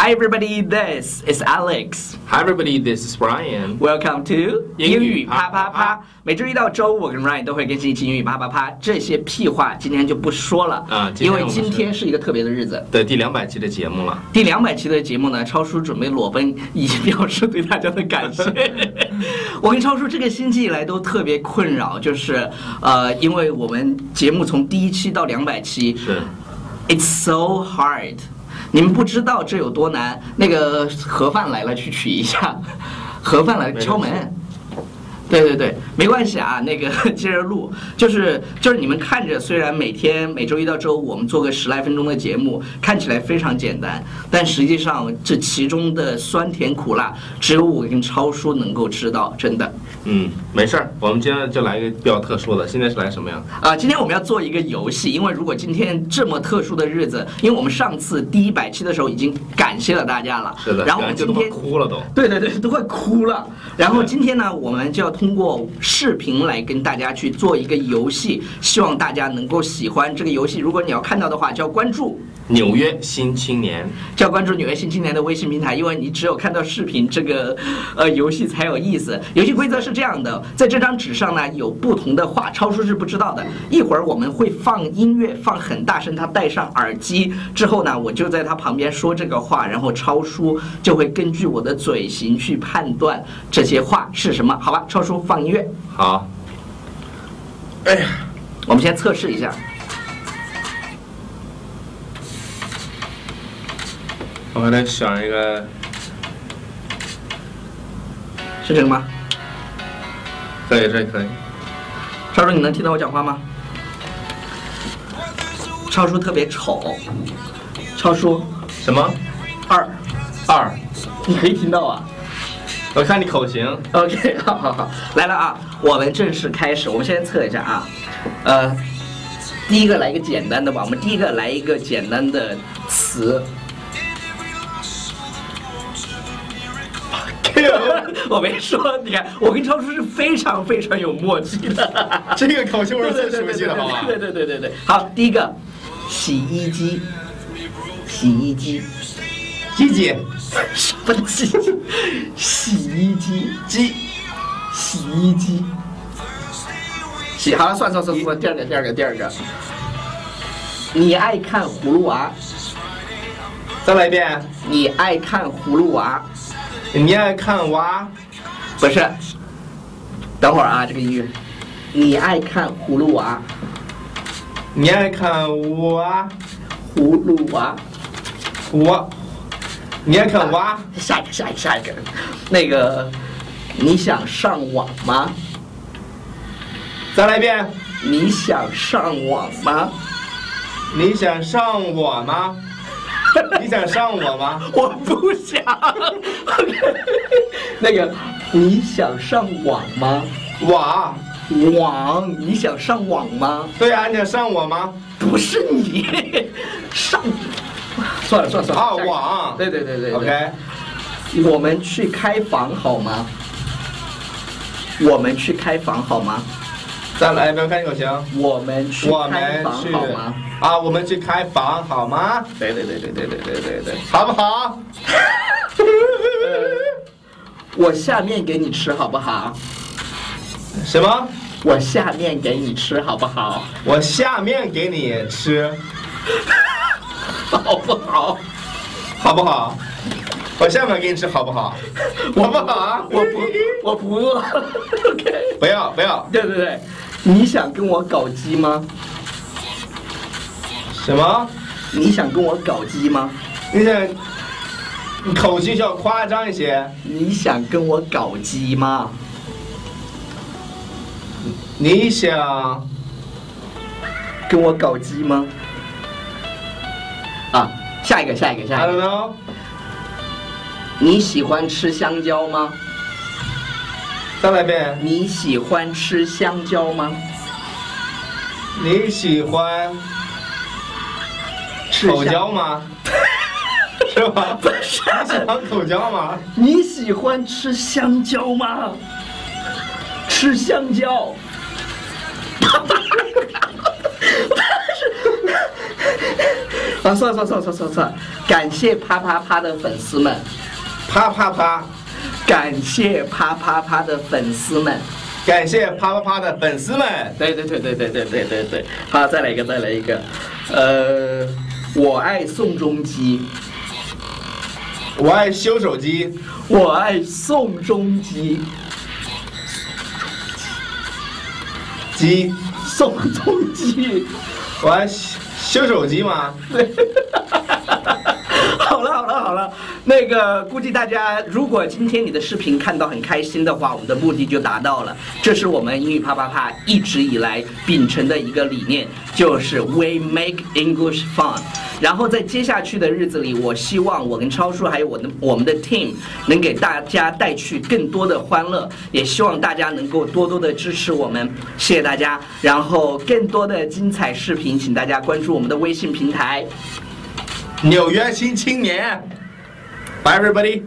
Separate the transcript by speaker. Speaker 1: Hi everybody, this is Alex.
Speaker 2: Hi everybody, this is Brian.
Speaker 1: Welcome to
Speaker 2: 英
Speaker 1: 英
Speaker 2: 语
Speaker 1: 语
Speaker 2: 啪
Speaker 1: 啪
Speaker 2: 啪
Speaker 1: 啪
Speaker 2: 啪
Speaker 1: 啪。每周一到周五，我跟 Ryan 都会更新一期英语啪啪啪。这些屁话今天就不说了
Speaker 2: 啊今天
Speaker 1: 因
Speaker 2: 我
Speaker 1: 为
Speaker 2: 们是
Speaker 1: 今天是一个特别的日子。
Speaker 2: 的第两百期的节目了，
Speaker 1: 第两百期的节目呢，超叔准备裸奔，以表示对大家的感 谢。我跟超叔这个星期以来都特别困扰，就是呃，因为我们节目从第一期到两百期，
Speaker 2: 是
Speaker 1: It's so hard，你们不知道这有多难。那个盒饭来了，去取一下。 盒饭来了，
Speaker 2: 没关系
Speaker 1: 敲门。对对对，没关系啊，那个 接着录，就是就是你们看着，虽然每天每周一到周五我们做个十来分钟的节目，看起来非常简单，但实际上这其中的酸甜苦辣，只有我跟超叔能够知道，真的。
Speaker 2: 嗯，没事儿，我们今天就来一个比较特殊的，现在是来什么呀？
Speaker 1: 啊、今天我们要做一个游戏，因为如果今天这么特殊的日子，因为我们上次第一百期的时候已经感谢了大家了，
Speaker 2: 是的，
Speaker 1: 然后我们
Speaker 2: 就
Speaker 1: 今
Speaker 2: 他妈
Speaker 1: 天。
Speaker 2: 哭了都。
Speaker 1: 对对对，都快哭了。然后今天呢，我们就要通过视频来跟大家去做一个游戏，希望大家能够喜欢这个游戏。如果你要看到的话，就要关注，
Speaker 2: 纽约新青年，
Speaker 1: 就要关注纽约新青年的微信平台，因为你只有看到视频这个呃游戏才有意思。游戏规则是这样的，在这张纸上呢有不同的话，超叔是不知道的。一会儿我们会放音乐，放很大声，他戴上耳机之后呢，我就在他旁边说这个话，然后超叔就会根据我的嘴型去判断这些话是什么。好吧，超叔放音乐，
Speaker 2: 好，哎呀，
Speaker 1: 我们先测试一下。
Speaker 2: 我还在想一个，
Speaker 1: 是这个吗？
Speaker 2: 可以，这可以，
Speaker 1: 超叔，你能听到我讲话吗？超叔特别丑，超叔
Speaker 2: 什么
Speaker 1: 二，
Speaker 2: 二？
Speaker 1: 你可以听到啊。
Speaker 2: 我看你口型，
Speaker 1: OK，好 好好，来了啊，我们正式开始，我们先测一下啊，呃，第一个来一个简单的吧，我们第一个来一个简单的词， 我没说，你看我跟超叔是非常非常有默契的。
Speaker 2: 这个口型我
Speaker 1: 对对对对对对对对对对，好，第一个，洗衣机，洗衣机，
Speaker 2: 鸡鸡
Speaker 1: 什么机？洗衣机，
Speaker 2: 鸡，
Speaker 1: 洗衣机，洗好了，算算算算，算第二个，第二个，第二个。你爱看葫芦娃，
Speaker 2: 再来一遍。
Speaker 1: 你爱看葫芦娃，
Speaker 2: 你爱看娃，
Speaker 1: 不是？等会儿啊，这个音乐，你爱看葫芦娃，
Speaker 2: 你爱看娃，
Speaker 1: 葫芦娃。
Speaker 2: 我，你爱看娃，
Speaker 1: 下一个，下一个，下一个。那个，你想上网吗？
Speaker 2: 再来一遍。
Speaker 1: 你想上网吗？
Speaker 2: 你想上我吗？你想上我吗？
Speaker 1: 我不想。那个，你想上网吗？
Speaker 2: 我，
Speaker 1: 网，你想上网吗？
Speaker 2: 对啊呀、你想上我吗？
Speaker 1: 不是你，上。算了算了算了，
Speaker 2: 啊
Speaker 1: 下一个
Speaker 2: 网
Speaker 1: 对对对对对
Speaker 2: OK，
Speaker 1: 我们去开房好吗？我们去开房好吗？
Speaker 2: 再来一遍，看口型。
Speaker 1: 我们去
Speaker 2: 我
Speaker 1: 开
Speaker 2: 们
Speaker 1: 房
Speaker 2: 去
Speaker 1: 好吗？
Speaker 2: 啊，我们去开房好吗？
Speaker 1: 对对对对对对对对对。
Speaker 2: 好不好？
Speaker 1: 我下面给你吃好不好？
Speaker 2: 什么？
Speaker 1: 我下面给你吃好不好？
Speaker 2: 我下面给你吃，
Speaker 1: 好不好？
Speaker 2: 好不好？我下面给你吃，好不好？好不好啊？
Speaker 1: 我不，我不饿。OK。
Speaker 2: 不要不要
Speaker 1: 对对对，你想跟我搞基吗？
Speaker 2: 什么？
Speaker 1: 你想跟我搞基吗？
Speaker 2: 你想，你口气需要夸张一些。
Speaker 1: 你想跟我搞基吗？
Speaker 2: 你想。
Speaker 1: 跟我搞基吗？啊，下一个，下一个，下
Speaker 2: I
Speaker 1: 一
Speaker 2: don't
Speaker 1: 个。
Speaker 2: know，
Speaker 1: 你喜欢吃香蕉吗？
Speaker 2: 再来一遍。
Speaker 1: 你喜欢吃香蕉吗？
Speaker 2: 你喜欢
Speaker 1: 吃
Speaker 2: 口
Speaker 1: 香
Speaker 2: 交 吗？是吧？
Speaker 1: 不是，
Speaker 2: 你喜欢口交吗？
Speaker 1: 你喜欢吃香蕉吗？吃香蕉。 啊，算算算算算算，感谢啪啪啪的粉丝们，
Speaker 2: 啪啪啪！
Speaker 1: 感谢啪啪啪的粉丝们。
Speaker 2: 感谢啪啪啪的粉丝们。
Speaker 1: 对对对对对对对对对，好，再来一个，再来一个，呃，我爱宋仲基，
Speaker 2: 我爱修手机，
Speaker 1: 我爱宋仲基，
Speaker 2: 机，
Speaker 1: 宋仲基，
Speaker 2: 我爱修修手机吗？
Speaker 1: 对。好了好了好了，那个估计大家如果今天你的视频看到很开心的话，我们的目的就达到了。这是我们英语啪啪啪一直以来秉承的一个理念，就是 We make English fun。然后在接下去的日子里，我希望我跟超叔还有我的我们的 team 能给大家带去更多的欢乐，也希望大家能够多多的支持我们，谢谢大家。然后更多的精彩视频，请大家关注我们的微信平台。
Speaker 2: 纽约新青年。Bye everybody.